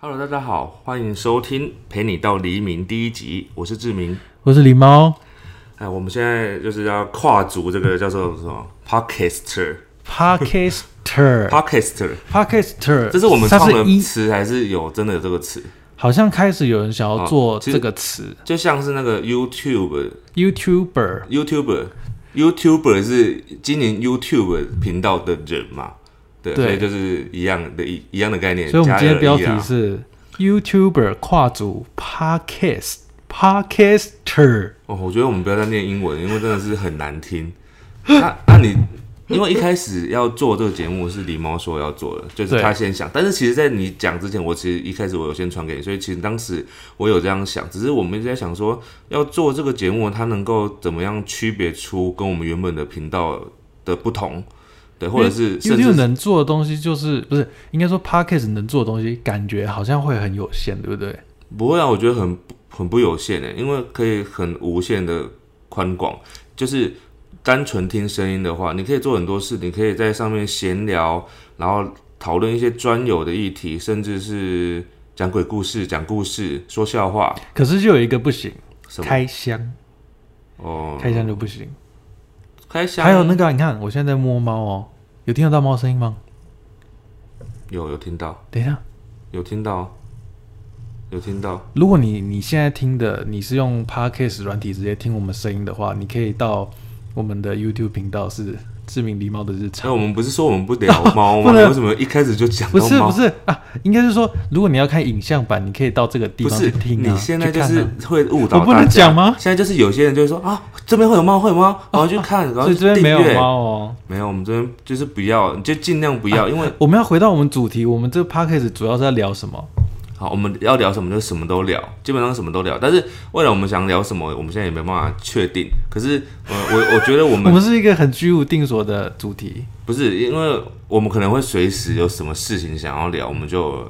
Hello，大家好，欢迎收听《陪你到黎明》第一集，我是志明。我是狸猫哎，我们现在就是要跨足这个叫做什么 Podcaster，Podcaster， ，Podcaster，Podcaster，这是我们它创是的一，词，还是有真的有这个词？好像开始有人想要做哦其实这个词就像是那个 YouTube、 ，YouTuber， YouTuber、YouTuber 是经营 YouTube 频道的人嘛？对，对所以就是一样的一一样的概念。所以我们加今天了标一啊题是 YouTuber 跨组 Podcast，Podcaster，哦，我觉得我们不要再念英文，因为真的是很难听。那那你，因为一开始要做这个节目是狸猫说要做的，就是对他先想。但是其实，在你讲之前，我其实一开始我有先传给你，所以其实当时我有这样想，只是我们一直在想说，要做这个节目，它能够怎么样区别出跟我们原本的频道的不同，对，或者是甚 YouTube 至能做的东西就是不是应该说 Podcast 能做的东西，感觉好像会很有限，对不对？不会啊，我觉得很很不有限诶，因为可以很无限的宽广，就是单纯听声音的话，你可以做很多事，你可以在上面闲聊，然后讨论一些专有的议题，甚至是讲鬼故事、讲故事、说笑话可是就有一个不行，什么开箱，哦，开箱就不行。开箱还有那个啊，你看我现在在摸猫哦，有听得到猫声音吗？有有听到等一下。有听到有听到，如果你你现在听的你是用 Podcast 软体直接听我们声音的话，你可以到我们的 YouTube 频道是知名狸猫的日那常。哎我们不是说我们不聊猫 吗？不能为什么一开始就讲不到是猫不？是啊，应该是说，如果你要看影像版，你可以到这个地不方是去，听、啊。你现在去就看啊是会误导我不能大家讲吗现在就是有些人就会说啊，这边会有猫，会有猫，然后去看，然后去所以 这边订没有阅。猫哦。没有，我们这边就是不要，你就尽量不要， 因为我们要回到我们主题，我们这个 Podcast 主要是在聊什么？好，我们要聊什么就什么都聊，基本上什么都聊。但是为了我们想聊什么，我们现在也没办法确定。可是，呃，我我觉得我我们 们是一个很居无定所的主题。不是，因为我们可能会随时有什么事情想要聊，我们就，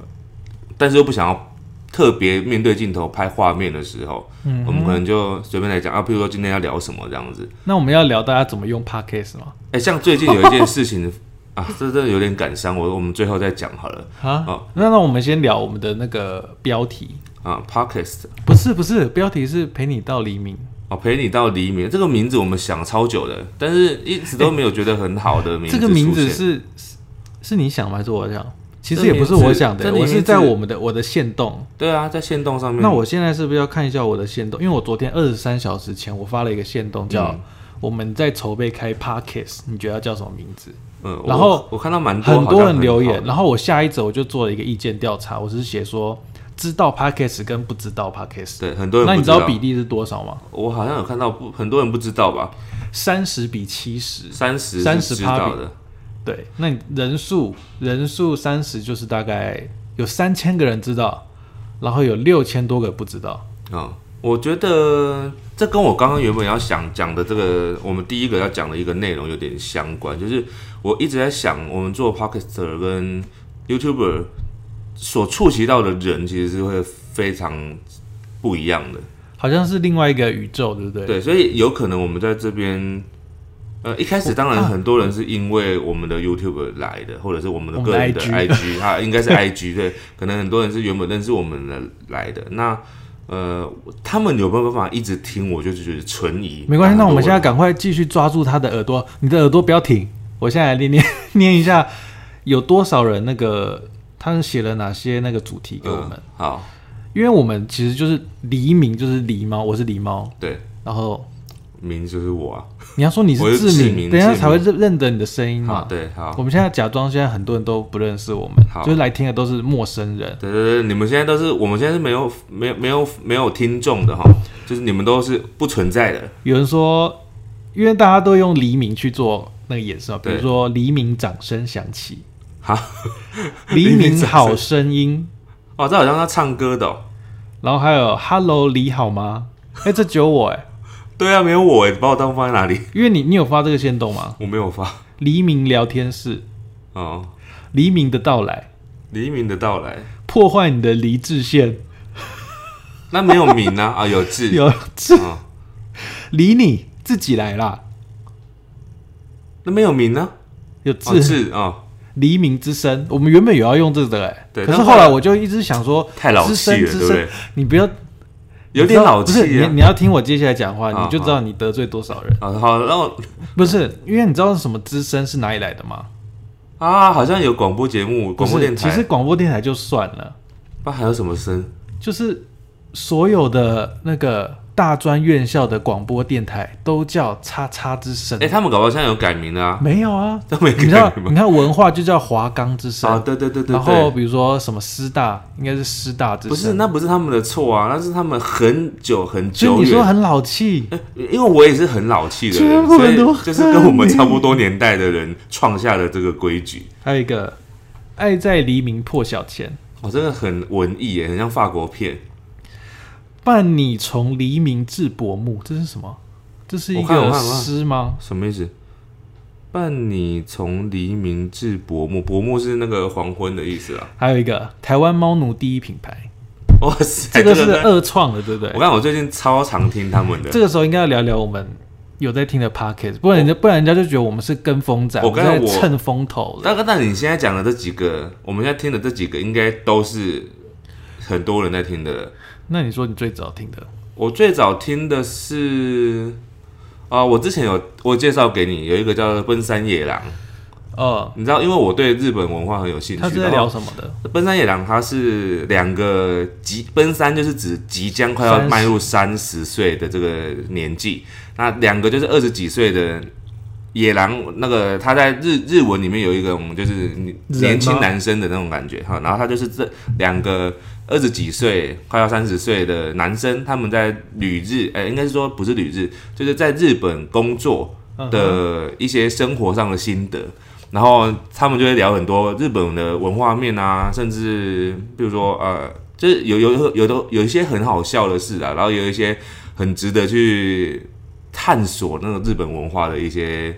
但是又不想要特别面对镜头拍画面的时候，嗯我们可能就随便来讲啊，譬如说今天要聊什么这样子。那我们要聊大家怎么用 Podcast 吗？哎、像最近有一件事情 啊，这真的有点感伤，我我们最后再讲好了啊，哦那那我们先聊我们的那个标题，啊。Podcast 不是不是，标题是陪你到黎明。哦，陪你到黎明这个名字我们想超久的，但是一直都没有觉得很好的名字、哎这出个名字现是是是你想吗？还是我想？其实这也个不是名字我想的，这个我名是字在我们的我的线动。对啊，在线动上面。那我现在是不是要看一下我的线动？因为我昨天二十三小时前我发了一个线动，叫嗯“我们在筹备开 podcast”，你觉得要叫什么名字？嗯，然后我我看到蛮多很好像多人留好言，的然后我下一则我就做了一个意见调查，我是写说知道 podcast 跟不知道 podcast。对很多人那你不知道比例是多少吗？我好像有看到不很多人不知道吧，三十比七十。三十30知道的，对，那你人数人数三十，就是大概有三千个人知道，然后有六千多个不知道。嗯，我觉得这跟我刚刚原本要想讲的这个，我们第一个要讲的一个内容有点相关，就是我一直在想，我们做 podcaster 跟 YouTuber 所触及到的人，其实是会非常不一样的。好像是另外一个宇宙，对不对？对，所以有可能我们在这边，呃，一开始当啊然很多人是因为我们的 YouTube 来的，或者是我们的我们个的人的 IG IG，啊，应该 是 IG 对，可能很多人是原本认识我们的来的。那呃，他们有没有办法一直听？我就是觉得存疑。没关系，很那我多嗯们现在人赶快继续抓住他的耳朵，你的耳朵不要停。我现在来念 念念一下，有多少人那个他们写了哪些那个主题给我们？嗯、好，因为我们其实就是黎明，就是狸猫，我是狸猫，对，然后名就是我啊，你要说你我是是志志明，明等一下志才会明认认得你的声音嘛好，。对，好我。们现在假装现在很多人都不认识我们好，就是来听的都是陌生人。对对对，你们现在都是我们现在是没有没有没有没有听众的哈，就是你们都是不存在的。有人说，因为大家都用黎明去做那个演示嘛，比如对说黎明掌声响起，好， 黎黎明明掌好声音，哦，这好像他唱歌的、哦。然后还有 Hello 你好吗？哎、这只有我哎、对啊，没有我哎，把我当放在哪里？因为你你有发这个线动吗？我没有发。黎明聊天室，哦，黎明的到来黎明的到来，破坏你的离志线，那没有明 呢？啊，有字。有这 哦理你自己来啦，那没有明呢？有哦，志，字啊，哦黎明之声，我们原本有要用这个哎、对可是但后后来来我就一直想说，太老资气深了，资对不对深？，你不要有点老气不是你啊。你要听我接下来讲话，啊你就知道你得罪多少人。啊，好，让我不是因为你知道什么资深是哪里来的吗？啊，好像有广播节目、广播不是电其实台，广播电台就算了，那还有什么声？就是所有的那个大专院校的广播电台都叫叉叉之声。哎，他们搞不好现在有改名了啊， 没有啊，他们有你知道改名吗你看文化就叫华冈之声，啊，对对对对然后对，比如说什么师大，应该是师大之声。不是，那不是他们的错啊，那是他们很久很所以久你说远。很老气，哎因为我也是很老气的全人，部所人以都就是跟我们差不多年代的人创下了这个规矩。还有一个爱在黎明破晓前，哦，真的很文艺耶，很像法国片。伴你从黎明至薄暮，这是什么？这是一我看我个看我看诗吗？什么意思？伴你从黎明至薄暮，薄暮是那个黄昏的意思啊。 还有一个台湾猫奴第一品牌，哇塞，这个是真的二创的，对不对我？看我最近超常听他们的。这个时候应该要聊聊我们有在听的 podcast，不然人家不然人家就觉得我们是跟风仔，我我们刚才在我蹭风头了。大哥，那你现在讲的这几个，我们现在听的这几个，应该都是很多人在听的了。那你说你最早听的，我最早听的是啊、我之前有我介绍给你有一个叫《奔山野狼》，呃，你知道，因为我对日本文化很有兴趣。他是在然后聊什么的？奔山野狼，它是两个即奔山，就是指即将快要30迈入三十岁的这个年纪。那两个就是二十几岁的野狼，那个他在日日文里面有一个，我们就是年轻男生的那种感觉哈。然后他就是这两个二十几岁、快要三十岁的男生，他们在旅日，呃、应该是说不是旅日，就是在日本工作嗯哼的一些生活上的心得。然后他们就会聊很多日本的文化面啊，甚至比如说呃，就是有有有的有一些很好笑的事啊，然后有一些很值得去探索那个日本文化的一些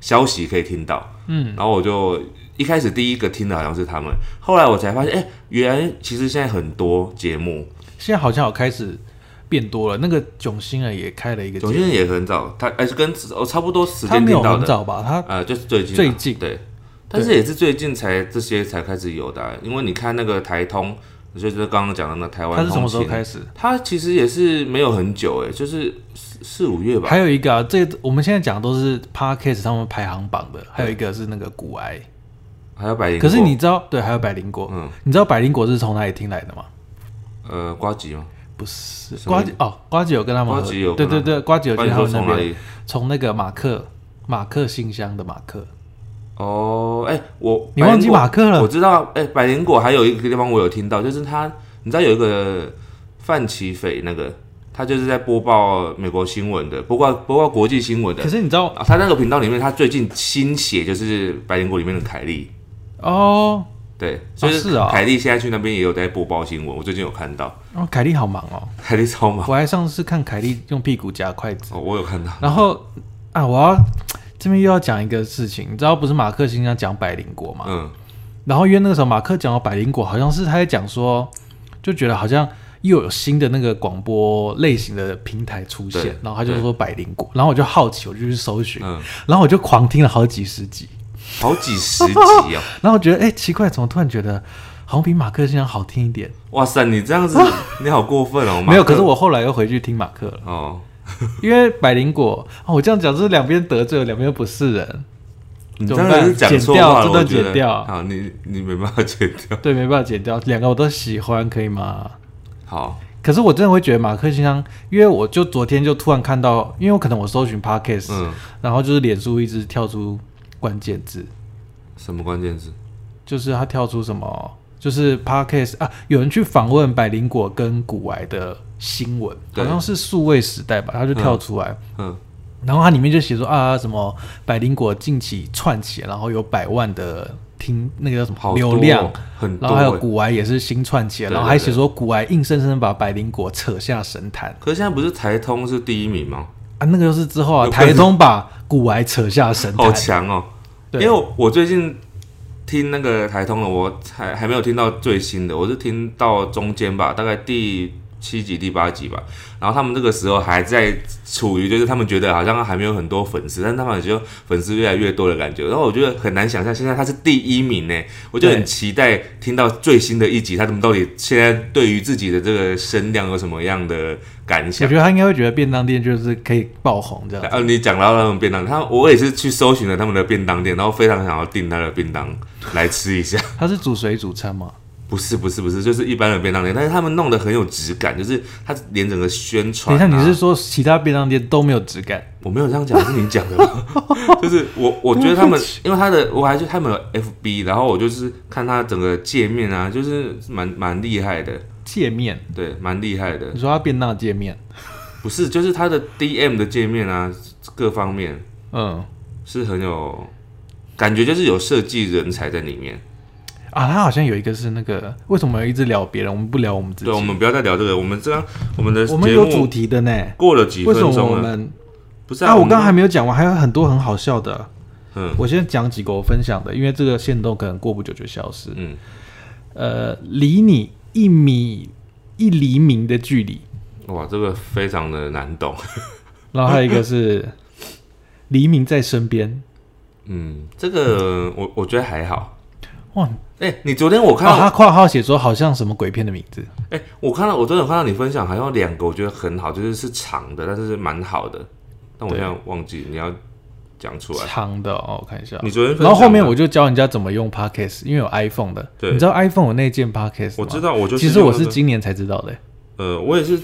消息可以听到。嗯，然后我就一开始第一个听的好像是他们，后来我才发现，哎、原来其实现在很多节目，现在好像有开始变多了。那个囧星人也开了一个节总目，先生也很早，他还是跟哦差不多时他间没听有到很的，早吧？他呃，就是最近啊最近对，但是也是最近才这些才开始有的啊、因为你看那个台通，就是刚刚讲的那台湾，他是什么时候？开始？他其实也是没有很久哎、就是四四五月吧。还有一个、啊，这我们现在讲的都是 podcast 他们排行榜的，还有一个是那个骨癌。还有百灵可果，是你知道，对，还有百灵果，嗯你知道百灵果是从哪里听来的吗？呃瓜吉吗？不是什么瓜子哦，瓜子有跟他们合，瓜子有对跟他对们对，瓜子有不跟然你他说从们那哪边，里？从那个马克马克信箱的马克，哦，哎、我你忘记马百灵克果我了？知道，哎、百灵果还有一个地方我有听到，就是他，你知道有一个范奇斐那个，他就是在播报美国新闻的，播报播报国际新闻的可。是你知道啊，他那个频道里面，他最近新写就是《白灵果》里面的凯莉，哦，对，所以是啊凯莉现在去那边也有在播报新闻，我最近有看到，哦，凯莉好忙哦，凯莉超忙，我还上次看凯莉用屁股夹筷子，哦，我有看到，然后啊，我要这边又要讲一个事情，你知道不是马克信箱讲百灵果吗？嗯，然后因为那个时候马克讲到百灵果，好像是他在讲说，就觉得好像又有新的那个广播类型的平台出现对，然后他就说百灵果，然后我就好奇，我就去搜寻，嗯然后我就狂听了好几十集，好几十集 哦，然后我觉得哎奇怪，怎么突然觉得好像比马克现在好听一点？哇塞，你这样 子，你好过分哦，马没有，克可是我后来又回去听马克了，哦，因为百灵果、哦，我这样讲就是两边得罪了，两边又不是人，你怎真么的是办讲剪错掉话这了，段我觉剪得，掉好，你你没办法剪掉，对，没办法剪掉，两个我都喜欢，可以吗？好，可是我真的会觉得马克信箱，因为我就昨天就突然看到，因为我可能我搜寻 podcast，、嗯，然后就是脸书一直跳出关键字，什么关键字？就是它跳出什么，就是 podcast 啊，有人去访问百灵果跟古癌的新闻，好对像是数位时代吧，它就跳出来，嗯，然后它里面就写说啊，什么百灵果近期串起，然后有百万的听那个叫什么好多流哦量，很多然后还有欸，古癌也是新串起来，对然后还对对写说古癌硬生生把百灵果扯下神坛。可是现在不是台通是第一名吗？啊，那个就是之后啊，有台东把古癌扯下神坛好，强哦！因对为我最近听那个台通的，我还还没有听到最新的，我是听到中间吧，大概第七集、第八集吧。然后他们这个时候还在处于就是他们觉得好像还没有很多粉丝，但他们觉得粉丝越来越多的感觉。然后我觉得很难想象现在他是第一名呢，我就对很期待听到最新的一集，他们到底现在对于自己的这个声量有什么样的感我想觉？得他应该会觉得便当店就是可以爆红这样。啊，你讲到那种便当，他我也是去搜寻了他们的便当店，然后非常想要订他的便当来吃一下。 他是煮水煮餐嘛？不是不是不是，就是一般的便当店，但是他们弄得很有质感，就是他连整个宣等传、一啊。下，你是说其他便当店都没有质感？我没有这样讲，是你讲的吗？ 就是我我觉得他们，因为他的我还是他们有 FB，然后我就是看他整个界面啊，就是蛮蛮厉害的，界面？对，蛮厉害的你。说他便当的界面？不是，就是他的 DM 的界面啊，各方面嗯是很有感觉，就是有设计人才在里面。啊，他好像有一个是那个，为什么一直聊别人，我们不聊我们自己？对，我们不要再聊这个，我们这样我们的我们节有主目题的呢。过了几为分什么我钟了，们？不是啊，我们刚刚还没有讲完，还有很多很好笑的。嗯我先讲几个我分享的，因为这个限动可能过不久就消失。嗯，呃，离你一米一厘米的距离，哇，这个非常的难懂。 然后还有一个 是黎明在身边。嗯，这个我我觉得还好。哇，哎、你昨天我看哦，到他括号写说好像什么鬼片的名字，哎、我看到我真的有看到你分享，好像两个我觉得很好，就是是长的，但是是蛮好的。但我现在忘记你要讲出来。长的哦，我看一下。你昨天分享然后后面了我就教人家怎么用 Podcast，因为有 iPhone 的，对你知道 iPhone 有内建 Podcast 吗？我知道，我就是其实用我那是个今年才知道的、呃，我也是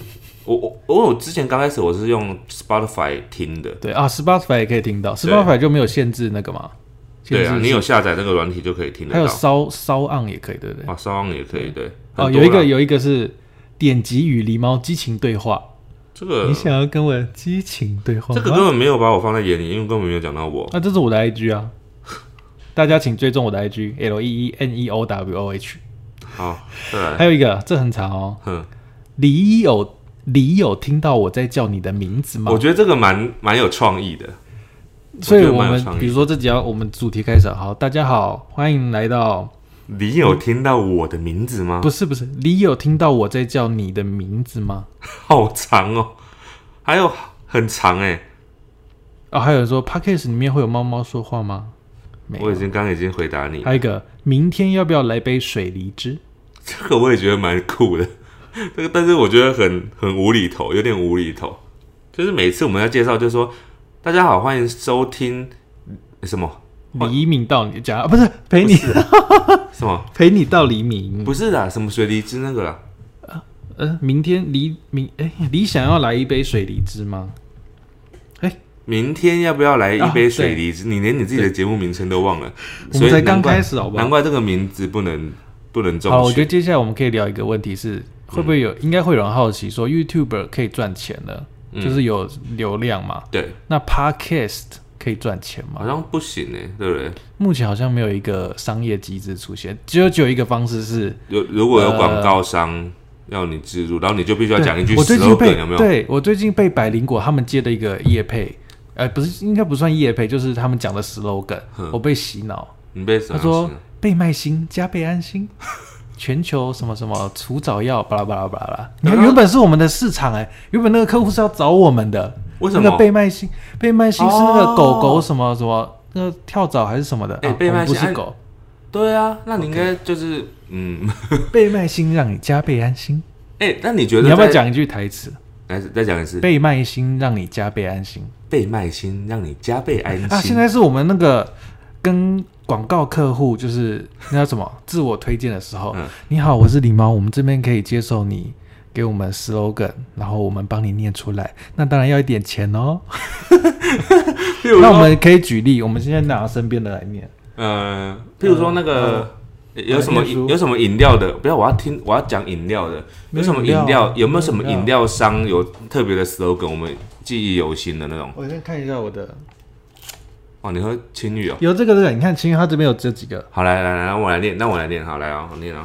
我我我有之前刚开始我是用 Spotify 听的，对啊，Spotify 也可以听到，Spotify 就没有限制那个嘛，限对制啊，你有下载那个软体就可以听得还有到。骚骚岸也可以，对不对？啊，上网也可以对。哦，很有多一个啦有一个是点击与狸猫激情对话，这个你想要跟我激情对话呃这吗？个根本没有把我放在眼里，因为根本没有讲到我。那、这是我的 IG 啊， 大家请追踪我的 IG L E E N E O W O H。好，再 来，还有一个，这很长哦，哼，你有你有听到我在叫你的名字吗我？觉得这个蛮蛮有创意的。所以我觉得我蛮有们创意比如说这几要我们主题开始，好，大家好，欢迎来嗯到你有听到我的名字吗？嗯不是不是，你有听到我在叫你的名字吗？好长哦，还有很长哎、哦，还有人说 p a c k a g e 里面会有猫猫说话吗？没我有已。经刚刚已经回答你还了，有一个，明天要不要来杯水梨汁？这个我也觉得蛮酷的，这个但是我觉得很很无厘头，有点无厘头。就是每次我们要介绍，就是说大家好，欢迎收听什么黎明到你家，啊不是陪你什么？陪你到黎明。不是啦，什么水梨汁那个啦，呃，明天黎明，哎、你想要来一杯水梨汁吗？明天要不要来一啊杯对水梨汁？你连你自己的节目名称都忘了，我所们以才刚难怪开始，好不难好？怪这个名字不能不能中好，我选觉得接下来我们可以聊一个问题是，嗯会不会有、应该会有人好奇说，YouTuber 可以赚钱的，嗯就是有流量嘛？对，那 Podcast 可以赚钱吗好？像不行哎、对不对？目前好像没有一个商业机制出现，只有只有一个方式是，有如果有广告商要你植入，然后你就必须要讲一句呃对我最近 slogan，被有没有？对我最近被百灵果他们接的一个业配，呃，不是应该不算业配，就是他们讲的 slogan，我嗯被洗脑。你被什他么说东西？贝麦星加倍安心，啊 全球什么什么除藻药，巴拉巴拉巴拉巴拉。你看原本是我们的市场哎、原本那个客户是要找我们的，为什那么个？贝麦星，贝麦星是那哦个狗狗什么什么。那个跳蚤还是什么的，哎啊贝麦我们不星是狗，对啊，那你应该就是嗯，贝麦星让你加倍安心。哎，那你觉得你要不要在？讲一句台词？来，再讲一次，贝麦星让你加倍安心倍麦心让你加倍安心。啊！现在是我们那个跟广告客户，就是那叫什 么自我推荐的时候，嗯你好，我是狸猫，我们这边可以接受你给我们 slogan，然后我们帮你念出来。那当然要一点钱 哦。譬如那我说，们可以举例，我们现在拿身边的来念。呃，譬如说那个有什么呃念书有什么饮料的？不要，我要听，我要讲饮料的。有没有什么饮料饮料？有没有没有什么饮料饮料商有特别的 slogan？我们记忆犹新的那种。我先看一下我的，哇，你喝青玉哦。有这个这个，你看，其实它这边有这几个：好，来来来，我来念，那我来念，好来哦，我念哦。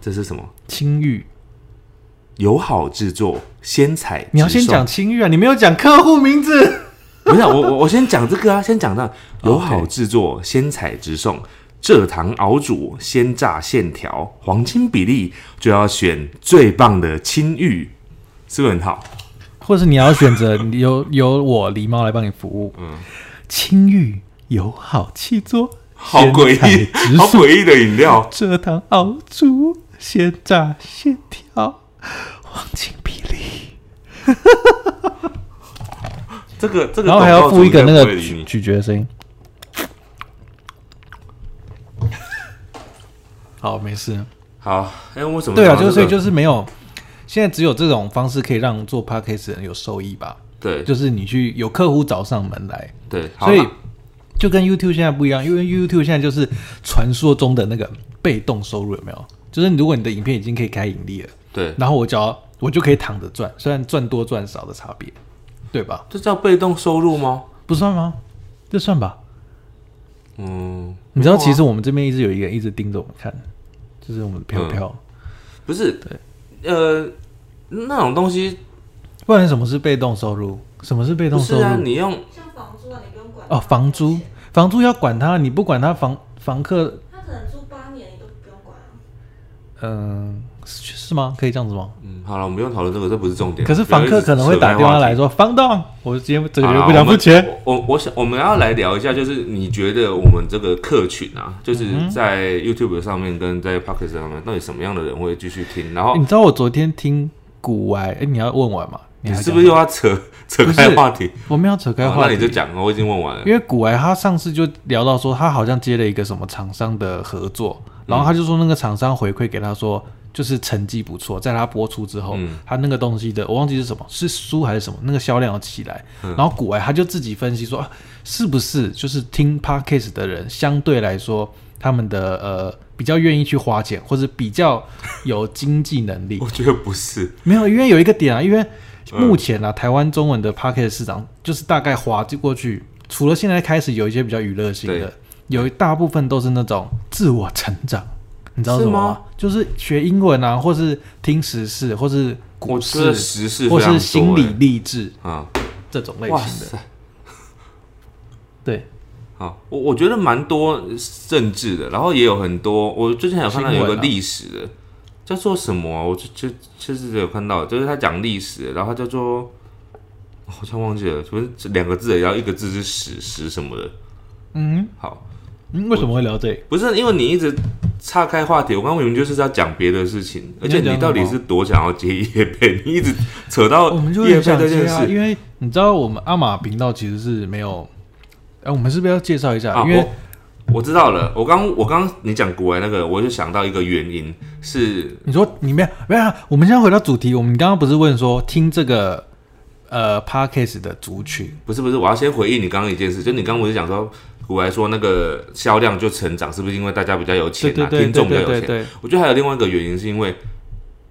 这是什么？青玉。友好制作，先采直送。你要先讲青玉啊，你没有讲客户名字。不是啊，我我我先讲这个啊，先讲那友好制作，先采直送，蔗糖熬煮，鲜榨线条，黄金比例就要选最棒的青玉，是不是很好？或是你要选择 由由我狸猫来帮你服务。嗯，青玉有好气做，好诡异鲜榨直，好送诡异的饮料。蔗糖熬煮，鲜榨线条，黄金比例，这个这个，然后还要附一个那个咀你咀嚼的 声音。好，没事。好。哎、为什么对啊，讲就到是所以这个就是没有，现在只有这种方式可以让做 podcast 的人有受益吧？对，就是你去有客户找上门来，对，好所以啦就跟 YouTube 现在不一样，因为 YouTube 现在就是传说中的那个被动收入，有没有？就是如果你的影片已经可以开盈利了，对，然后我只要我就可以躺着赚，虽然赚多赚少的差别，对吧？这叫被动收入吗？不算吗？这算吧？嗯，你知道，没有啊其实我们这边一直有一个人一直盯着我们看，就是我们的飘飘。嗯不是，呃，那种东西不然什么是被动收入？什么是被不动是收入？啊，你用像房租啊，你不用管哦，房租，房租要管他，你不管他房房客，他可能租八年，你都不用管啊。嗯、是是吗？可以这样子吗？嗯，好了，我们不用讨论这个，这不是重点。可是房客可能会打电话来说，说：“房东，我今天这个好月啦不想付钱。。我们我我想我们要来聊一下，就是你觉得我们这个客群啊，嗯就是在 YouTube 上面跟在 Pocket 上面，到底什么样的人会继续听？然”后你知道我昨天听古玩，哎、你要问完嘛？你还是不是讲又要扯扯开话题？我们要扯开好话那题？你就讲，啊我已经问完了。因为古玩他上次就聊到说，他好像接了一个什么厂商的合作，然后他就说那个厂商回馈给他说，就是成绩不错，在他播出之后，嗯他那个东西的我忘记是什么，是书还是什么，那个销量要起来。然后古玩他就自己分析说，啊是不是就是听 podcast 的人相对来说，他们的呃比较愿意去花钱，或者比较有经济能力我，觉得不是，没有，因为有一个点啊，因为嗯目前啊，台湾中文的 p o c k e t 市场就是大概滑过去，除了现在开始有一些比较娱乐性对的，有一大部分都是那种自我成长，你知道是什么吗吗？就是学英文啊，或是听时事，或是我股觉得时市，事或非常是多心理欸励志啊，这种类哇型的。塞，对，好，我我觉得蛮多政治的，然后也有很多，我最近还有看到有新个闻啊历史的，叫做什么啊、我就就就是有看到，就是他讲历史的，然后他叫做我好像忘记了，反正两个字的，然后一个字是史实什么的。嗯，好，嗯为什么会聊这个？不是因为你一直岔开话题，我刚刚明明就是要讲别的事情，而且你要讲你到底什么是多想要接叶配， 你一直扯到我们就哦叶会配想这接件啊，事因为你知道我们阿玛频道其实是没有，哎、我们是不是要介绍一下？啊，因为我我知道了，我刚我刚你讲古玩那个，我就想到一个原因是你说你没有没有啊？我们现在回到主题，我们刚刚不是问说听这个呃 podcast 的族群，不是不是，我要先回应你刚刚一件事，就你刚刚不是讲说，古来说那个销量就成长，是不是因为大家比较有钱对对啊，对听对众比较对有对钱？对。我觉得还有另外一个原因，是因为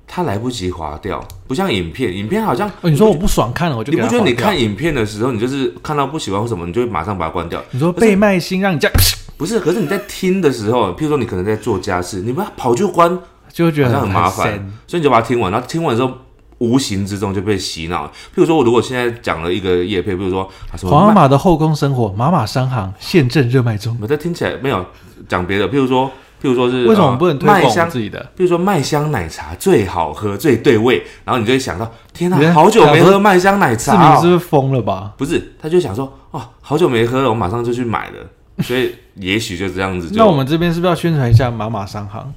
它来不及划掉，不像影片，影片好像哦，你说我不爽看了，我就你不给它觉得你划掉看影片的时候，你就是看到不喜欢或什么，你就会马上把它关掉？你说被卖心让你这样， 不是，可是你在听的时候，譬如说你可能在做家事，你不要跑去关，就会觉好得像很麻烦神，所以你就把它听完，然后听完之后。无形之中就被洗脑了。譬如说，我如果现在讲了一个叶配，比如说啊什么皇阿慢玛的后宫生活，马马商行现正热卖中。我这听起来没有讲别的，譬如说，譬如说是哦为什么我呃们不能推麦广我香们？自己的？譬如说麦香奶茶最好喝、最对味，然后你就会想到，天哪、你看好久没想喝说麦香奶志明茶、是哦。不是疯了吧？不是，他就想说，哦，好久没喝了，我马上就去买了。 所以也许就这样子就，那我们这边是不是要宣传一下马马商行？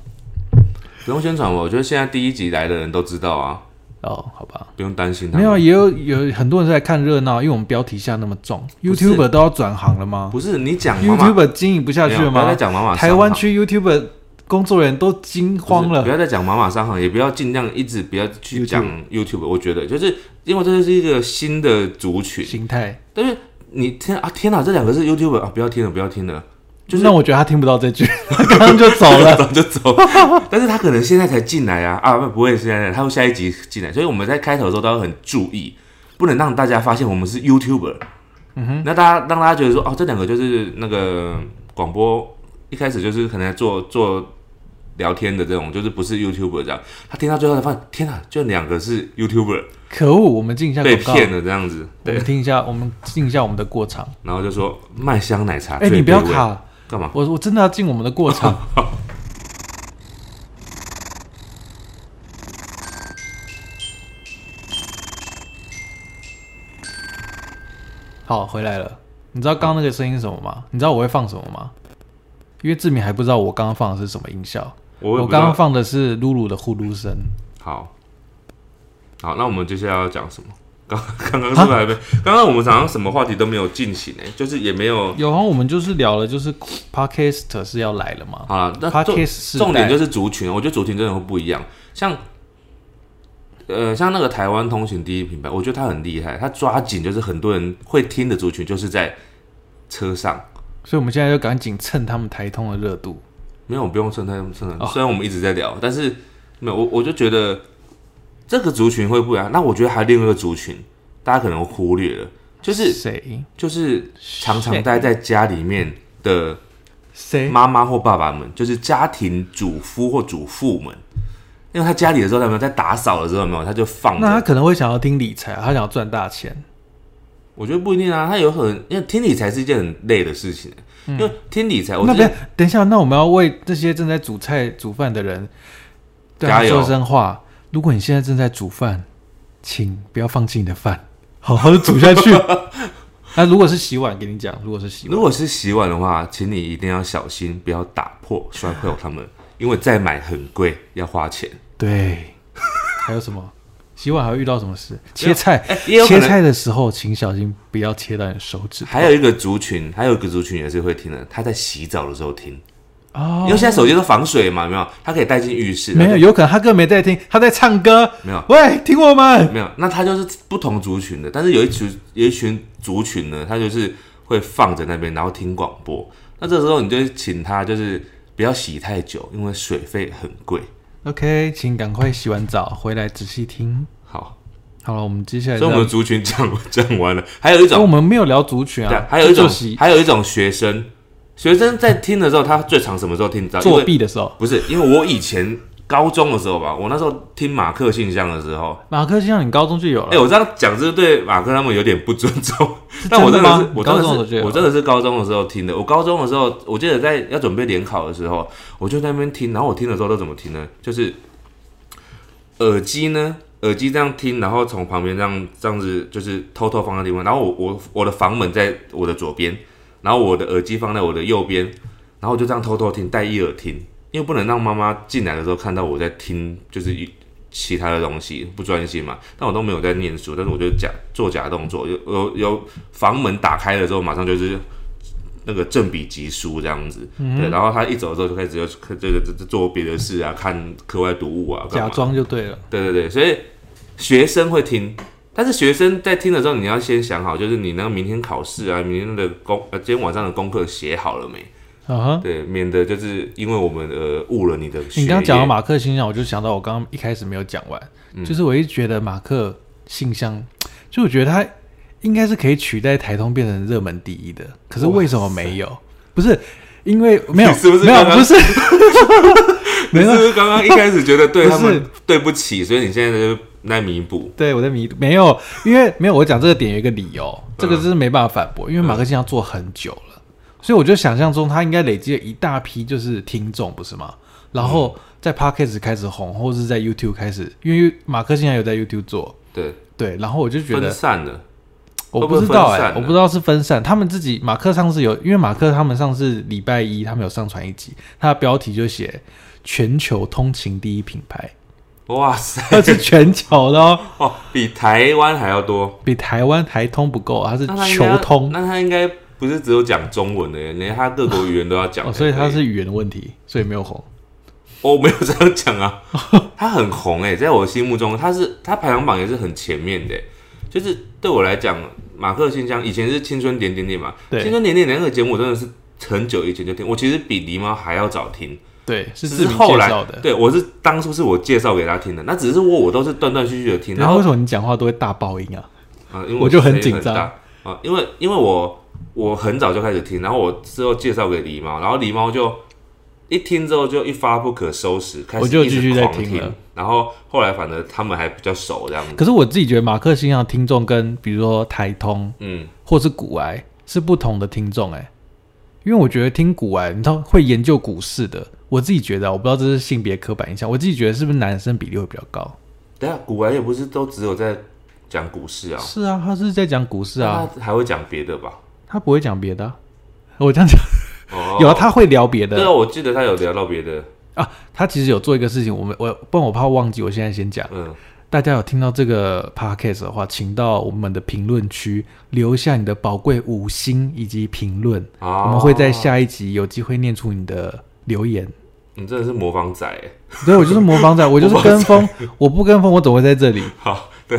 不用宣传我，我觉得现在第一集来的人都知道啊，哦，好吧。不用担心他没们。有，啊也有有很多人在看热闹，因为我们标题下那么重不是，YouTuber 都要转行了吗不是你讲妈妈？YouTuber 经营不下去没有了不要吗再？讲妈妈台湾区 YouTube 工作人员都惊慌不是不了。要再讲马马商行，也不要尽量一直不要去 YouTube 讲 YouTube。我觉得就是因为这是一个新的族群，心态，但是你天啊天哪，这两个是 YouTube 啊，不要听了，不要听了，就是 那我觉得他听不到这句，他刚刚就走了。早就走。 但是他可能现在才进来啊啊，不不会现在，他会下一集进来，所以我们在开头的时候都要很注意，不能让大家发现我们是 YouTuber。嗯哼，那大家让大家觉得说哦，这两个就是那个广播一开始就是可能在做做聊天的这种，就是不是 YouTuber 这样。他听到最后才发现，天哪，就两个是 YouTuber 可恶，我们进一下被广告，骗了这样子。我对，们听一下，我们进一下我们的过场。然后就说麦香奶茶，哎，最你不要美味卡，干嘛？我我真的要进我们的过场。 好，回来了。你知道刚刚那个声音是什么吗？你知道我会放什么吗？因为志明还不知道我刚刚放的是什么音效。我我也不知刚道刚放的是露露的呼噜声。好，好，那我们接下来要讲什么？ 刚刚刚是不是还没？刚刚我们好像什么话题都没有进行诶、就是也没有。有啊，我们就是聊了，就是 podcast 是要来了嘛。好了，那 Podcast 重世代重点就是族群，我觉得族群真的会不一样。像，呃，像那个台湾通行第一品牌，我觉得他很厉害，他抓紧就是很多人会听的族群，就是在车上。所以我们现在就赶紧蹭他们台通的热度。没有，不用趁他趁他。哦虽然我们一直在聊，但是没有我我就觉得这个族群会不一样。那我觉得还有另外一个族群，大家可能忽略了，就是谁？就是常常谁待在家里面的谁？妈妈或爸爸们，就是家庭主夫或主妇们，因为他家里的时候，他们在打扫的时候，有没有他就放那他着。可能会想要听理财啊，他想要赚大钱。我觉得不一定啊，他有很因为听理财是一件很累的事情，因为听理财，我嗯那之前别等一下，那我们要为这些正在煮菜煮饭的人对他加油说声话。如果你现在正在煮饭，请不要放弃你的饭，好好的煮下去。 那如果是洗碗，跟你讲，如果是洗碗，如果是洗碗的话，请你一定要小心，不要打破摔坏他们，因为再买很贵，要花钱。对， 还有什么？洗碗还会遇到什么事？切菜，哎也有可切能菜的时候，请小心不要切到你的手指 头。还有一个族群，还有一个族群也是会听的，他在洗澡的时候听，哦因为现在手机都防水嘛，有没有？他可以带进浴室，没他有，就有可能他根本没在听，他在唱歌。没有喂，听我们。没有，那他就是不同族群的，但是有一群有一群族群呢，他就是会放着那边，然后听广播。那这时候你就请他就是不要洗太久，因为水费很贵。 OK，请赶快洗完澡回来仔细听。好，好了，我们接下来所以我们的让，哎族群讲讲完了，还有一因为我种，们没有聊族群对啊啊，，还有一这种就，洗还有一种学生，学生在听的时候，他最常什么时候听？你知道因为作弊的时候，不是，因为我以前高中的时候吧，我那时候听马克信箱的时候，马克先生，你高中就有哎、了。我这样讲是不是对马克他们有点不尊重，真的但我真的吗是，你我高真的中的时候就有是，我真的是高中的时候听的。我高中的时候，我记得在要准备联考的时候，我就在那边听，然后我听的时候都怎么听呢？就是耳机呢，耳机这样听，然后从旁边这样这样子，就是偷偷放在另外，然后我我我的房门在我的左边，然后我的耳机放在我的右边，然后我就这样偷偷听，戴一耳听，因为不能让妈妈进来的时候看到我在听，就是一其他的东西不专心嘛。但我都没有在念书，但是我就假做假动作，有有有房门打开了之后，马上就是那个正笔疾书这样子。对，然后他一走的时候就开始就这个这做别的事啊，看课外读物啊，干假嘛装就对了，对对对，所以学生会听，但是学生在听的时候，你要先想好，就是你那个明天考试啊，明天的功呃今天晚上的功课写好了没？啊 哈！对，免得就是因为我们呃误了你的学业。你刚刚讲到马克信箱，我就想到我刚刚一开始没有讲完，嗯就是我一直觉得马克信箱，就我觉得它应该是可以取代台通变成热门第一的，可是为什么没有？不是因为没有，你 是不是没有刚，刚不是， 没你 有是不是刚刚一开始觉得对不是他们对不起，所以你现在就在弥补？对，我在迷，没有，因为没有我讲这个点有一个理由，这个是没办法反驳，因为马克信箱做很久了，所以我就想象中他应该累积了一大批就是听众，不是吗？然后嗯在 Podcast 开始红，或是在 YouTube 开始，因为马克信箱有在 YouTube 做，对，对，然后我就觉分得散了。我会不不会知道分哎、散我呢不知道是分散，他们自己马克上次有，因为马克他们上次礼拜一他们有上传一集，他的标题就写全球通勤第一品牌， 哇塞， 它是全球的哦，哦，比台湾还要多。比台湾台通不够，它是那他啊应该球通。那他应该不是只有讲中文的耶，连他各国语言都要讲才可、哦，所以他是语言的问题，所以没有红。我哦没有这样讲啊，他很红哎、在我心目中，他是他排行榜也是很前面的欸、就是对我来讲，马克信箱以前是青春点点点嘛，对青春点点点那个节目我真的是很久以前就听，我其实比狸猫还要早听，对，是只志是明后介来绍的。对我是当初是我介绍给他听的，那只是我我都是断断续续的听，然然后后为什么你讲话都会大爆音啊？啊，因为我就很声音紧张大啊，因为因为我我很早就开始听，然后我之后介绍给狸猫，然后狸猫就一听之后就一发不可收拾，开始我就一直继续在狂听了听，然后后来反正他们还比较熟这样子，可是我自己觉得马克信上听众跟比如说台通嗯，或是古癌是不同的听众哎、因为我觉得听古玩，你知道会研究股市的，我自己觉得啊，我不知道这是性别刻板印象，我自己觉得是不是男生比例会比较高？等一下啊古玩也不是都只有在讲股市啊，是啊，他是在讲股市啊，他还会讲别的吧？他不会讲别的啊、我这样讲，哦有啊，他会聊别对的啊，我记得他有聊到别的，啊。他其实有做一个事情，我们我不然我怕忘记，我现在先讲。嗯，大家有听到这个 podcast 的话，请到我们的评论区留下你的宝贵五星以及评论，啊，我们会在，下一集有机会念出你的留言。你真的是模仿仔欸，对，我就是模 仿仔，我就是跟风，我不跟风，我怎么会在这里？好，对，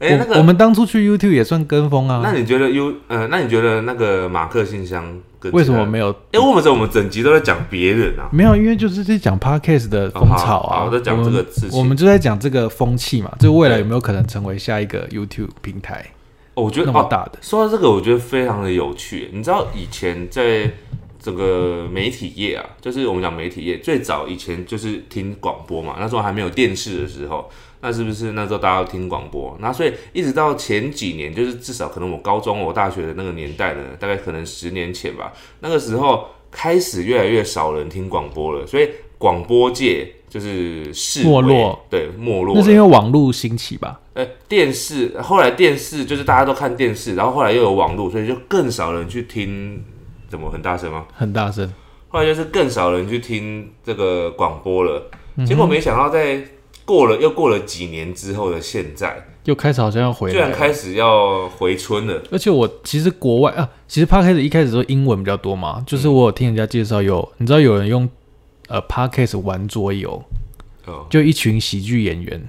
哎，我那我个，们当初去 YouTube 也算跟风那啊，你觉得 U 呃，那你觉得那个马克信箱跟为什么有？没有？哎，为什么我们整集都在讲别人啊？没有，因为就是在讲 podcast 的风哦潮好啊，好在讲这个事情我们，我们就在讲这个风气嘛，这未来有没有可能成为下一个 YouTube 平台哦我觉得那哦么，大的？说到这个，我觉得非常的有趣。你知道以前在这个媒体业啊，就是我们讲媒体业，最早以前就是听广播嘛，那时候还没有电视的时候，那是不是那时候大家都听广播？那所以一直到前几年，就是至少可能我高中、我大学的那个年代呢，大概可能十年前吧，那个时候开始越来越少人听广播了，所以广播界就是式微没落，对没落了。那是因为网络兴起吧？呃，电视后来电视就是大家都看电视，然后后来又有网络，所以就更少人去听，怎么很大声吗？很大声，后来就是更少人去听这个广播了。嗯结果没想到，在过了又过了几年之后的现在，又开始好像要回居来然了。开始要回春了。而且我其实国外啊，其实 podcast 一开始都英文比较多嘛，就是我有听人家介绍有，你知道有人用呃 podcast 玩桌游，哦，就一群喜剧演员，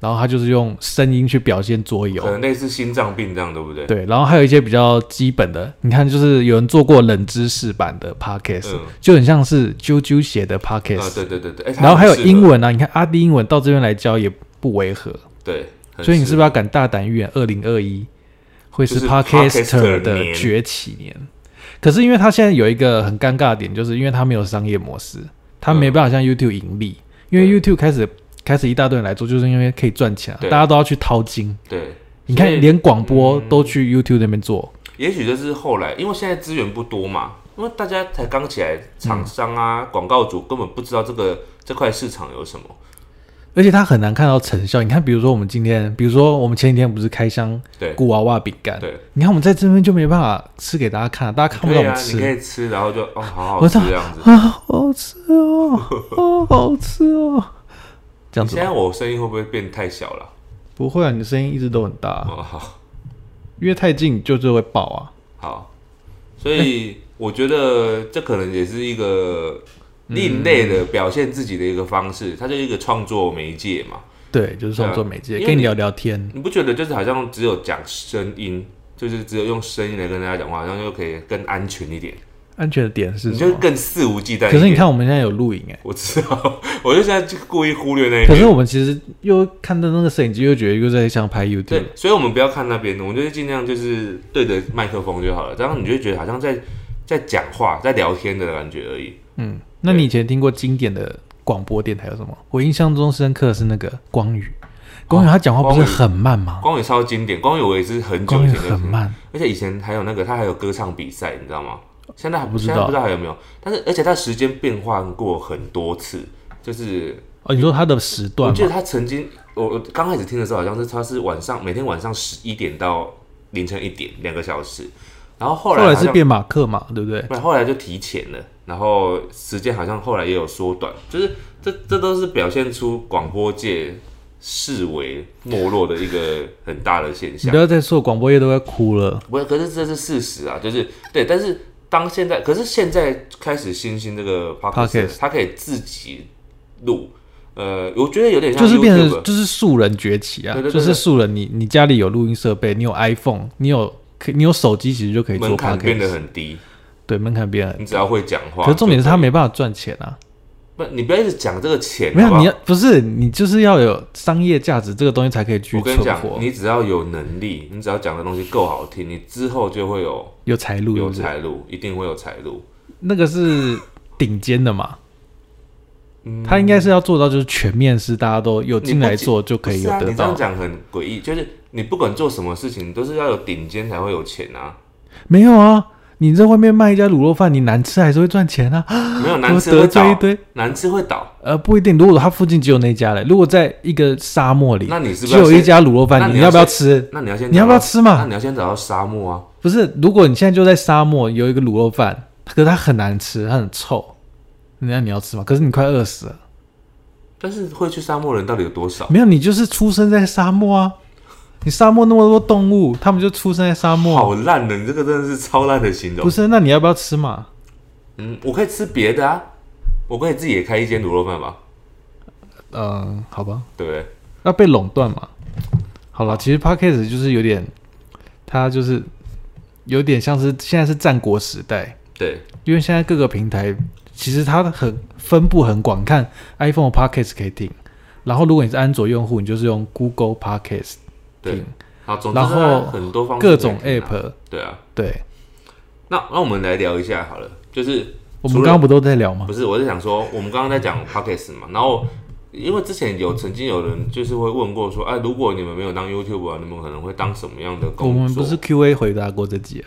然后他就是用声音去表现桌游可，能类似心脏病这样，对不对？对，然后还有一些比较基本的，你看就是有人做过冷知识版的 podcast，、嗯就很像是啾啾写的啊， podcast，、对对对对。哎，它然后还有很适合英，文啊，你看阿弟英文到这边来教也不违和，对，很所以你是适不是要敢大胆预言二零二一会就是是 Podcaster Podcaster 的年崛起年？可是因为它现在有一个很尴尬的点，就是因为它没有商业模式，它没办法嗯像 YouTube 盈利，因为 YouTube 开始开始一大堆人来做，就是因为可以赚钱啊，大对家都要去淘金。对。你看所以，嗯连广播都去 YouTube 那边做，也许这是后来，因为现在资源不多嘛，因为大家才刚起来，嗯厂商啊、广、告主根本不知道这个这块市场有什么。而且它很难看到成效。你看，比如说我们今天，比如说我们前几天不是开箱对古娃娃饼干，对，你看我们在这边就没办法吃给大家看啊、大家看不对到我们啊，吃。你可以吃，然后就哦，好好我吃操这样子。啊，好好吃哦，啊，好吃哦， 这样子现在吧我声音会不会变太小了？不会啊，你的声音一直都很大，哦，好，因为太近就是会爆啊。好。所以我觉得这可能也是一个嗯另类的表现自己的一个方式，它就是一个创作媒介嘛。对，就是创作媒对介，啊因为跟你你聊聊天，你不觉得就是好像只有讲声音，就是只有用声音来跟大家讲话，好像就可以更安全一点？安全的点是你什就么？更肆无忌惮。可是你，看我们现在有录影哎、我知道，我就现在就故意忽略那一可是边。我们其实又看到那个摄影机，又觉得又在像拍 YouTube 对。，所以我们不要看那边，我们就是尽量就是对着麦克风就好了，这样你就会觉得好像在在讲话、在聊天的感觉而已。嗯，那你以前听过经典的广播电台有什么？我印象中深刻的是那个光宇，光宇他讲话不是哦光宇很慢吗？光宇超经典，光宇我也是很久光以宇前就很听，慢，而且以前还有那个他还有歌唱比赛，你知道吗？现在还我不知道现在不知道还有没有，但是而且他时间变换过很多次，就是哦，你说他的时段我吗记？得他曾经，我我刚开始听的时候，好像是他是晚上每天晚上十一点到凌晨一点两个小时，然后后后来来好是像变马克嘛，对不对？不然后来就提前了，然后时间好像后来也有缩短，就是这这都是表现出广播界视为没落的一个很大的现你象不。要再说广播业都快哭了。不是，可是这是事实啊，就是对，但是当现在，可是现在开始新兴这个 Podcast podcast，它可以自己录，呃，我觉得有点像就是变 YouTube，成就是素人崛起啊，对对对就是对素人你，你家里有录音设备，你有 iPhone，你有可你有手机，其实就可以做门 p o 槛 d c 变 a 得 s 很低，对，门槛变很。你只要会讲话。可是重点是就他以没办法赚钱啊，不，你不要一直讲这个钱，没好有不好你要不是你就是要有商业价值，这个东西才可以去我跟你存讲，活，你只要有能力，你只要讲的东西够好听，你之后就会有有财路是有不是？财路，一定会有财路。那个是顶尖的嘛，他应该是要做到就是全面是大家都有嗯你进不来仅做就可以不是有啊得你这到样，讲很诡异，就是你不管做什么事情，都是要有顶尖才会有钱啊。没有啊。你在外面卖一家卤肉饭，你难吃还是会赚钱啊，没有难我吃会得罪一倒，堆。难吃会倒。呃，不一定。如果它附近只有那家嘞，如果在一个沙漠里，那你是不只是要有一先？家卤肉那饭，你你要要不要先吃？那你要先你要不要找吃到？那嘛？你要先找到沙漠啊，不是，如果你现在就在沙漠有一个卤肉饭，可是它很难吃，它很臭，那你要吃吗？可是你快饿死了。但是会去沙漠的人到底有多少？没有，你就是出生在沙漠啊！你沙漠那么多动物，他们就出生在沙漠，好烂的，你这个真的是超烂的形容不。是？那你要不要吃嘛？嗯，我可以吃别的啊，我可以自己也开一间卤肉饭吧，嗯、好吧，对不对？要被垄断嘛？好了，其实 podcast 就是有点，它就是有点像是现在是战国时代，对，因为现在各个平台其实它很分布很广，看 iPhone 的 podcast 可以听，然后如果你是安卓用户，你就是用 Google podcast 对听，好，总之然后它很多方式各种可以看啊 app，对啊，对。那那我们来聊一下好了，就是我们刚刚不都在聊吗不？是我是想说，我们刚刚在讲 podcast 嘛，然后因为之前有曾经有人就是会问过说，哎、如果你们没有当 YouTube 啊，你们可能会当什么样的我工作？们不是 Q&A 回答过这集啊？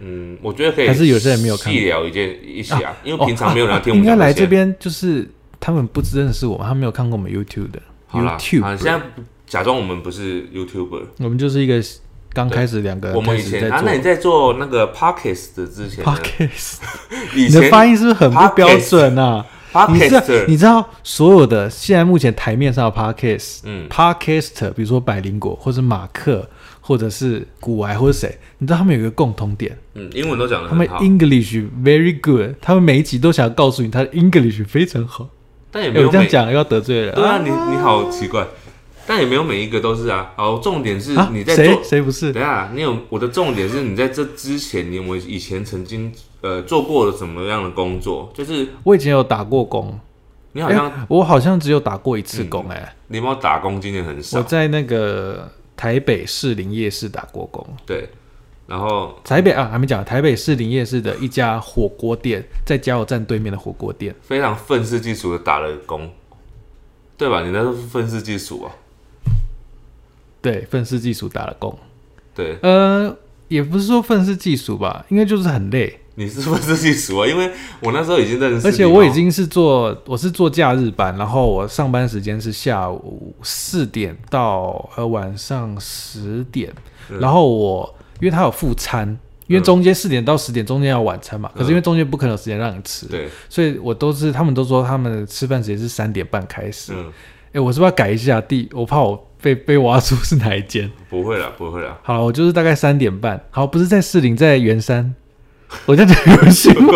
嗯，我觉得可以，还是有些人没有看细聊一件一下、因为哦平常没有人要听啊我们应该讲来些这。边就是他们不认识我们，他没有看过我们 YouTube 的好啦，啊，现 YouTube，在假装我们不是 YouTuber。我们就是一个刚开始两个我人们呃开以始前在啊，做那你在做那个 podcast 的之前呢， podcast，以你的前发音是不是很不标准啊？你知道 podcast，你知道所有的现在目前台面上的 podcast，嗯 podcaster，比如说百灵果或者马克。或者是古癌或者谁，你知道他们有一个共同点，嗯，英文都讲的他们很好， English very good，他们每一集都想告诉你他的 English 非常好。但也哎没有我这样每讲又要得罪人对啊，你你好奇怪，但也没有每一个都是啊。好，重点是啊你在做谁，谁不是等一？下你有我的重点是你在这之前，你有没有以前曾经呃做过了什么样的工作？就是我以前有打过工，你好像嗯哎我好像只有打过一次工、哎、你有没有打工经验很我少，在那个台北士林夜市打过工。对，然后台北啊，还没讲，台北士林夜市的一家火锅店，在加油站对面的火锅店，非常愤世嫉俗的打了工，对吧？你那是愤世嫉俗啊，对，愤世嫉俗打了工。对，呃，也不是说愤世嫉俗吧，应该就是很累，你是愤世嫉俗啊，因为我那时候已经认识你嘛，而且我已经是做我是做假日班，然后我上班时间是下午四点到呃晚上十点，嗯然后我因为他有副餐，因为中间四点到十点中间要晚餐嘛，可是因为中间不可能有时间让你吃，对，所以我都是他们都说他们的吃饭时间是三点半开始。嗯，哎、我是不是要改一下地？我怕我被 被挖出是哪一间。不会啦，不会啦， 好了，我就是大概三点半，好，不是在士林，在圆山。我这样讲有行 吗？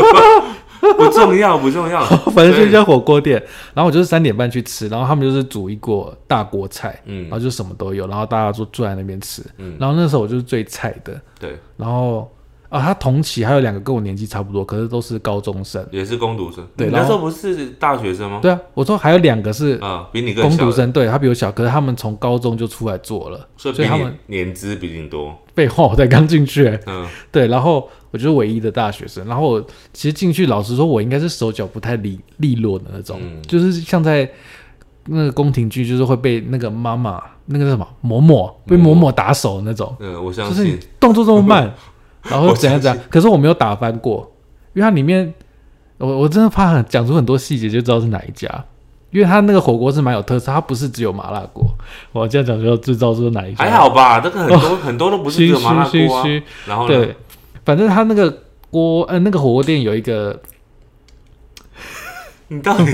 不重要，不重要， 反正就是一家火锅店，然后我就是三点半去吃，然后他们就是煮一锅大锅菜，嗯然后就什么都有，然后大家就坐在那边吃，嗯然后那时候我就是最菜的，对，然后啊，他同期还有两个跟我年纪差不多，可是都是高中生，也是工读生。对你然那后时候不是大学生吗？对啊，我说还有两个是啊，比你更工小读的，生，对他比我小，可是他们从高中就出来做了， 所以所以比他们你年资比你多。废话，我才刚进去、欸，嗯，对，然后我就是唯一的大学生，然后我其实进去，老实说，我应该是手脚不太利利落的那种，嗯就是像在那个宫廷剧，就是会被那个妈妈那个叫什么嬷嬷被嬷嬷嬷嬷打手那种，嗯，我就相是你信。动作这 么慢，然后我怎样怎样，可是我没有打翻过，因为它里面我我真的怕很讲出很多细节就知道是哪一家。因为它那个火锅是蛮有特色，它不是只有麻辣锅。我这样讲就知道是哪一家。还好吧，这个很多很多都不是只有麻辣锅啊哦虚虚虚。然后呢，对，反正他那个锅，呃，那个火锅店有一 个，你到 底，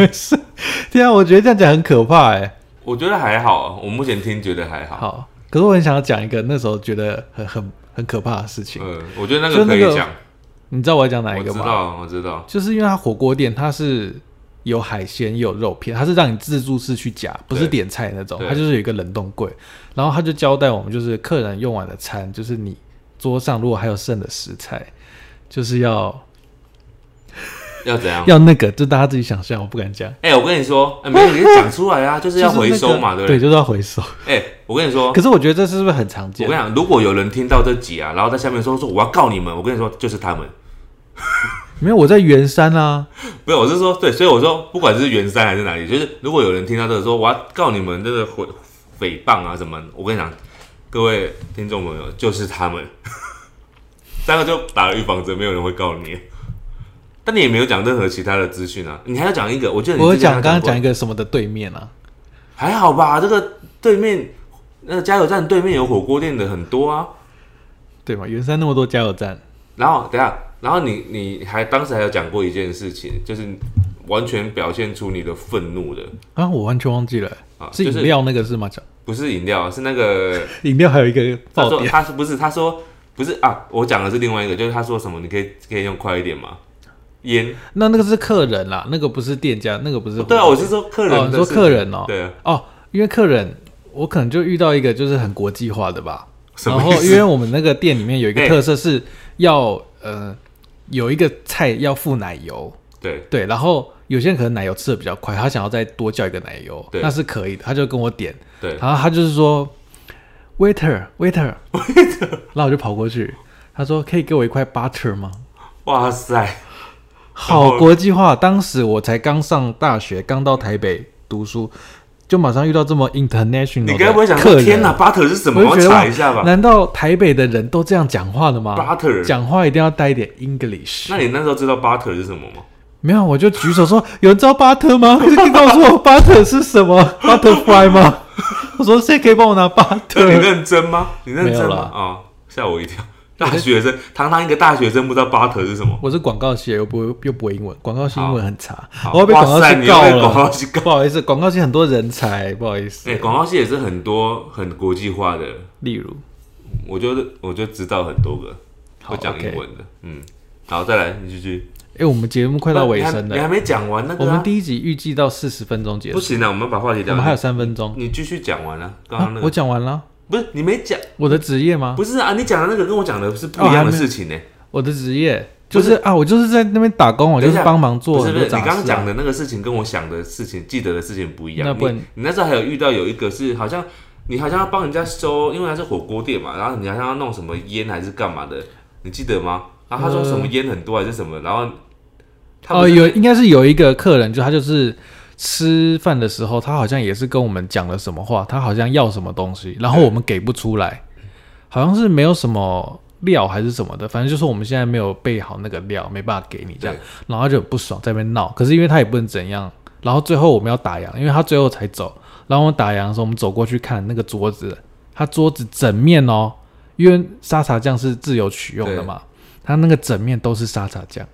天啊，我觉得这样讲很可怕哎、我觉得还好，啊我目前听觉得还好。好，可是我很想要讲一个那时候觉得很很很可怕的事情，嗯，我觉得那就个那可以个讲，你知道我要讲哪我一个知吗？道，我知道。就是因为它火锅店它是有海鲜也有肉片，它是让你自助式去夹，不是对点菜那种，对它就是有一个冷冻柜，然后他就交代我们，就是客人用完的餐，就是你桌上如果还有剩的食材，就是要要怎样？要那个，就大家自己想象，我不敢讲。哎，我跟你说，哎，没 有，你就讲出来啊，就是要就是回那收个嘛，对不对，对？就是要回收。哎，我跟你说，可是我觉得这是不是很常我见跟你？讲，如果有人听到这集啊，然后在下面说说我要告你们，我跟你说就是他们，没有，我在圆山啊，没有，我是说对，所以我说不管是圆山还是哪里，就是如果有人听到这个说我要告你们这个诽诽谤啊什么，我跟你讲，各位听众朋友就是他们， 三个就打了预防针，没有人会告你。但你也没有讲任何其他的资讯啊，你还要讲一个，我记得你我有之前讲还刚刚过讲一个什么的对面啊，还好吧，这个对面那个加油站对面有火锅店的很多啊。对嘛？圆山那么多加油站，然后等一下，然后你你还当时还有讲过一件事情，就是完全表现出你的愤怒的啊，我完全忘记了、啊，是就饮是料那个是吗？讲不是饮料，是那 个饮料还有一个他爆说点，他是不是他说不是啊？我讲的是另外一个，就是他说什么你可以可以用快一点吗？烟那那个是客人啦，那个不是店家，那个不是对啊，我是说客人哦的你事、说客人哦对啊，哦，因为客人我可能就遇到一个就是很国际化的吧，什然么后意思因为我们那个店里面有一个哎特色是要、呃有一个菜要附奶油，对对，然后有些人可能奶油吃的比较快，他想要再多叫一个奶油，对那是可以的，他就跟我点，对，然后他就是说 waiter waiter waiter，然后我就跑过去，他说可以给我一块 butter 吗？哇 塞，好国际化，当时我才刚上大学，刚到台北读书，就马上遇到这么 international 你该不会想的客说人。天哪，巴特是什么？我我就觉得查哇一下吧。难道台北的人都这样讲话的吗 Butter 讲话一定要带一点 English。那你那时候知道 butter 是什么吗？没有，我就举手说：“有人知道 butter 吗？可以告诉我 butter 是 什么？butterfly 吗？”我说：“谁可以帮我拿 这你 butter？” 认真吗？你认真没有吗？啦啊，吓、我一跳！大学 生，堂堂一个大学生，不知道 butter 是什么。我是广告系的，又不会又不会英文，广告系英文很差，好我要被哇广告塞系你告又被了。广告系告不好意思，广告系很多人才，不好意思。哎、广告系也是很多很国际化的，例如，我就我就知道很多个好会讲英 OK 文的。嗯，好，再来，你继续。哎、我们节目快到尾声你还你了，还没讲完那个、啊。我们第一集预计到四十分钟结不束，行啊，我们把话题我聊们还有完。三分钟。你继续讲完啊，刚啊刚那，个、我讲完了，不是你没讲，我的职业吗？不是啊，你讲的那个跟我讲的是哦不一样的事情呢、我的职业就是啊，我就是在那边打工，我等就一下是帮忙做不是不很是，多你杂事、啊。刚刚讲的那个事情跟我想的事情、记得的事情不一样。那不然你你那时候还有遇到有一个是好像你好像要帮人家收，因为它是火锅店嘛，然后你好像要弄什么烟还是干嘛的，你记得吗？然后他说呃什么烟很多还是什么，然后他哦，不是有应该是有一个客人，就他就是吃饭的时候，他好像也是跟我们讲了什么话，他好像要什么东嗯西，然后我们给不出来，好像是没有什么料还是什么的，反正就是我们现在没有备好那个料，没办法给你这样对，然后他就很不爽，在那边闹。可是因为他也不能怎样，然后最后我们要打烊，因为他最后才走，然后我们打烊的时候，我们走过去看那个桌子，他桌子整面哦，因为沙茶酱是自由取用的对嘛，他那个整面都是沙茶酱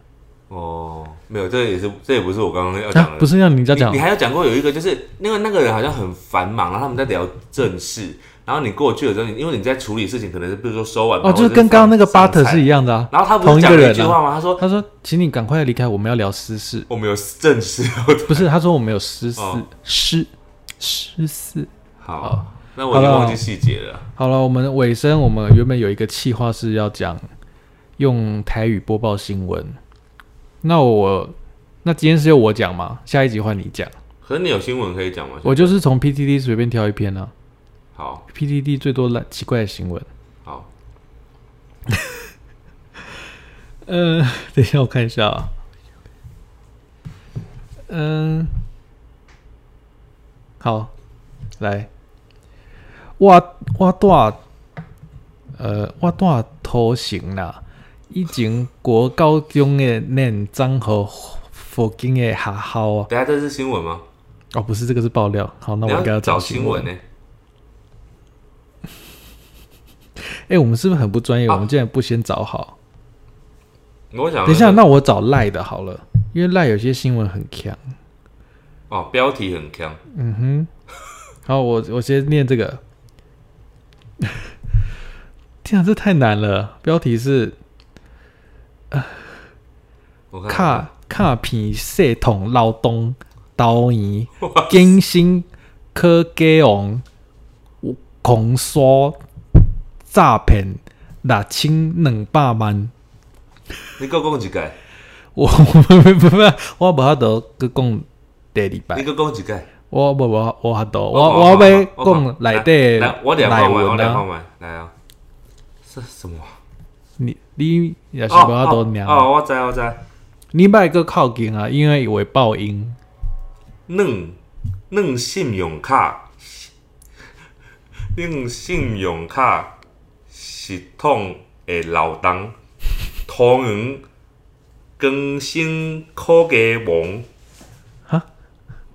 哦，没有，这也是这也不是我刚刚要讲啊的，，不是让你这样讲你。你还有讲过有一个，就是因为那个人好像很繁忙，然后他们在聊正事，然后你过去了之后，你因为你在处理事情，可能是比如说收碗哦，盘就是跟刚刚那个或者 butter 上菜是一样的啊。然后他不同是一讲个了人一句啊话吗？他说他说：“请你赶快离开，我们要聊私事。我们有正事要不是，他说我们有私事哦，私私事。好好，那我已经好了忘记细节了。好了，我们尾声，我们原本有一个计划是要讲用台语播报新闻。那我那今天是由我讲吗？下一集换你讲。可是你有新闻可以讲吗？我就是从 PTT 随便挑一篇啊好，PTT 最多烂奇怪的新闻。好，嗯， 等一下，我看一下啊。嗯，好，来，我我大，呃，我大头型啦，以前国高中的念漳和附近的学校啊，等一下这是新闻吗？哦，不是，这个是爆料。好，那我应你该要要找新新闻呢、哎、我们是不是很不专业？欸啊我们竟然不先找好？我想等一下，那我找赖的好了，因为赖有些新闻很强。哦，标题很强，嗯哼，好，我我先念这个。天啊，这太难了！标题是我“看卡卡片系统劳动导演更新科技王狂刷诈骗六千两百万”，你给我讲几盖，我我没没没，我无法度去讲第二你摆，给我讲几盖，我无无我法度，好我我要好好讲内底来来我两内号完，我文两号啊，完，来啊，这什么啊？你你也是无法度念哦。啊。哦，我知我知，你莫个靠近啊，因为会爆音。软软信用卡，软信用卡系统的漏洞，桃园更新科技网啊，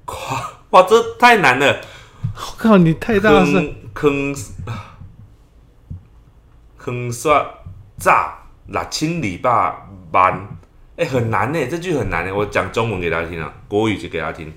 哇 哇，这太难了， 我靠，你太大声！坑坑坑刷炸六千二百万，哎、很难呢，这句很难呢。欸我讲中文给大家听啊，国语就给大家听。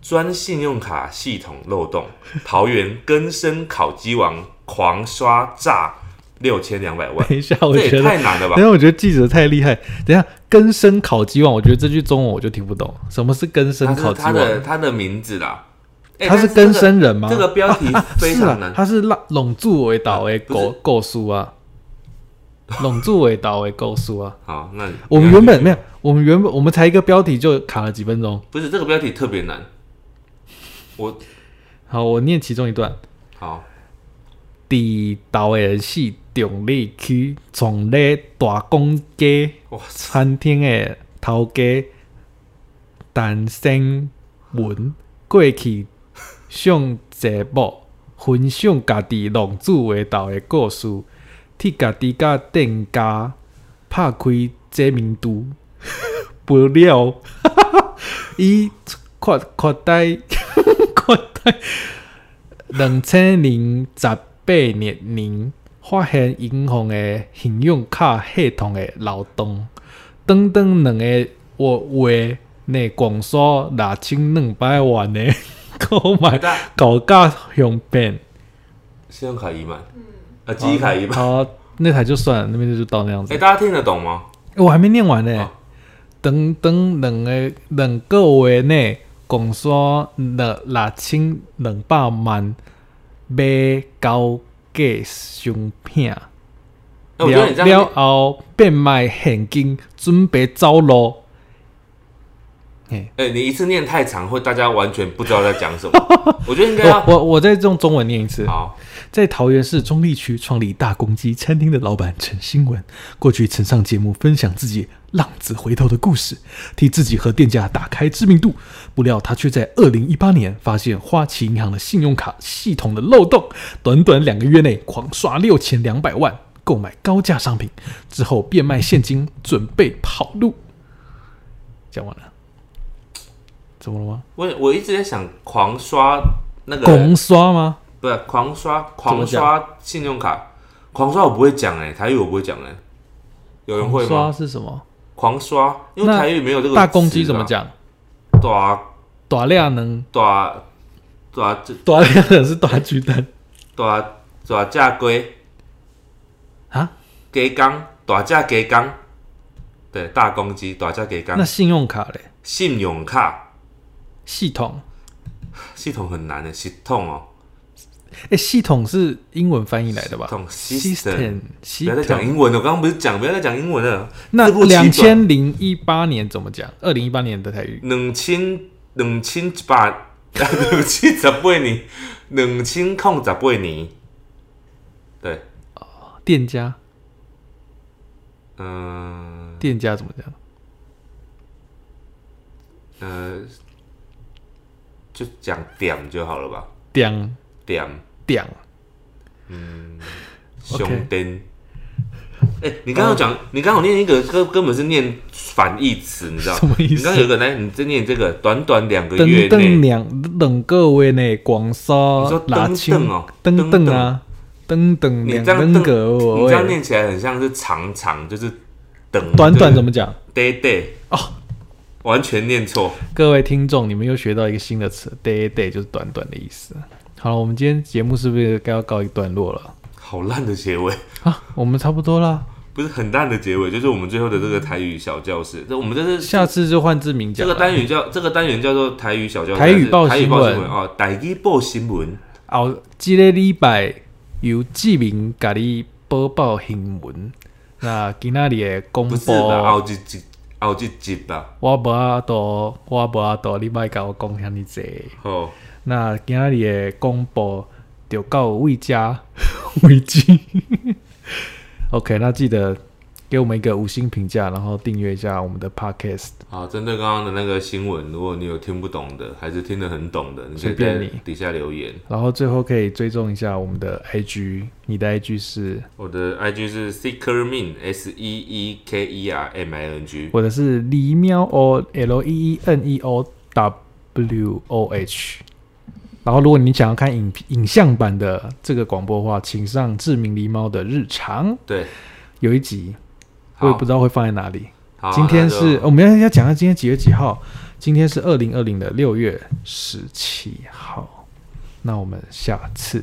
钻信用卡系统漏洞，桃园根生烤鸡王狂刷炸六千两百万，等一下，哎我这也觉得，哎太难了吧等一？下我觉得记者太厉害。等一下，根生烤鸡网，我觉得这句中文我就听不懂。什么是根生他烤是鸡他网？的他的名字啦，哎他是但根生人吗？这个这个标题啊啊非是啊常难啊他是让拢住为岛为不是构构 书啊，拢住为岛为构书啊。好，那我们原本没有，我们原本我们才一个标题就卡了几分钟。不是这个标题特别难，我好，我念其中一段：好。地岛的是中立区从咧大公街哇，餐厅的头家陈生文过去上节目分享家己浪子回头的故事，替家己甲店家拍开知名度，不了， 伊扩扩大 扩大两千零十八年年发现银行的信用卡系统的漏洞。等等两个我话内讲说六千两百万的 Oh 购买但高价用品，信用卡已满，嗯，呃，记忆卡已满。好，哦那台就算了，那边就到那样子。哎，大家听得懂吗？欸我还没念完呢、哦等等两个两个月内，讲说六六千两百万买高价商品。哎，我觉得你这了样了后变卖现金，准备走路。嘿哎、你一次念太长，会大家完全不知道在讲什么。我觉得应该我要我我再用中文念一次。好，在桃园市中立区创立大公鸡餐厅的老板陈新文，过去曾上节目分享自己浪子回头的故事，替自己和店家打开知名度。不料他却在二零一八年发现花旗银行的信用卡系统的漏洞，短短两个月内狂刷六千两百万购买高价商品，之后变卖现金，准备跑路。讲完了，怎么了吗？我我一直在想狂刷那个，拱刷吗？不是狂刷怎狂么讲刷信用卡，狂刷我不会讲哎、台语我不会讲哎、有人会拱刷吗？是什么？狂刷，因为那台语没有这个、大公鸡怎么？啊讲？大大量能大大这 大量的是大巨蛋大大架龟啊？鸡缸，大架鸡缸，对，大公鸡大架鸡缸那，信用卡嘞？信用卡。系统？系统很难的，系统哦，哎、系统是英文翻译来的吧系统 system， ？System，不系要再讲统。英文了，我刚刚不是讲不要再讲英文了，那字不两齐转千零一八年怎么讲？二零一八年的台语两千两千一百两千十八年，两千空十八年，对，店家，嗯店家怎么讲？呃就讲点就好了吧，点点点熊灯。 哎、你刚刚有讲，你刚刚有念一个根根本是念反义词，你知道什么意思你刚刚有一个来，你再念这个，短短两个月等内等，两两个月内广你烧说拉登清登哦等等登啊，等等你两哦这样登个你这样月，念起来很像是长长，就是等短短怎么么讲？ day day 哦，完全念错。各位听众，你们又学到一个新的词，day day 就是短短的意思。好了，我们今天节目是不是该要告一段落了好烂的结尾， 啊？我们差不多啦，不是很烂的结尾，就是我们最后的这个台语小教室。这我们这是下次就换志明这讲个了。单元叫这个单元叫做台语小教室，台语报还是台语报新闻新闻哦，台语报新闻。哦，这个礼拜由志明甲你播报新闻。那今仔日的公不是布，吧？后一集，后一集吧。我无法度，我无法度，你莫甲我讲遐尼济。哦，那今仔日的公布 就到魏家为止。OK，那记得给我们一个五星评价，然后订阅一下我们的 podcast。好，针对刚刚的那个新闻，如果你有听不懂的，还是听得很懂的，你可随以便在你底下留言。然后最后可以追踪一下我们的 IG，你的 IG 是，我的 IG 是 seekermin s e e k e r m i n g，我的是狸喵 O L E E N E O W O H。然后如果你想要看影影像版的这个广播的话，请上志明狸猫的日常对，有一集，我也好不，知道会放在哪里。好今天是、哦那就我们要要讲到今天几月几号？今天是二零二零的六月十七号。那啊我们下次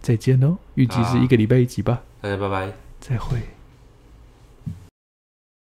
再见喽，预计是一个礼拜一集吧。大家拜拜。再会。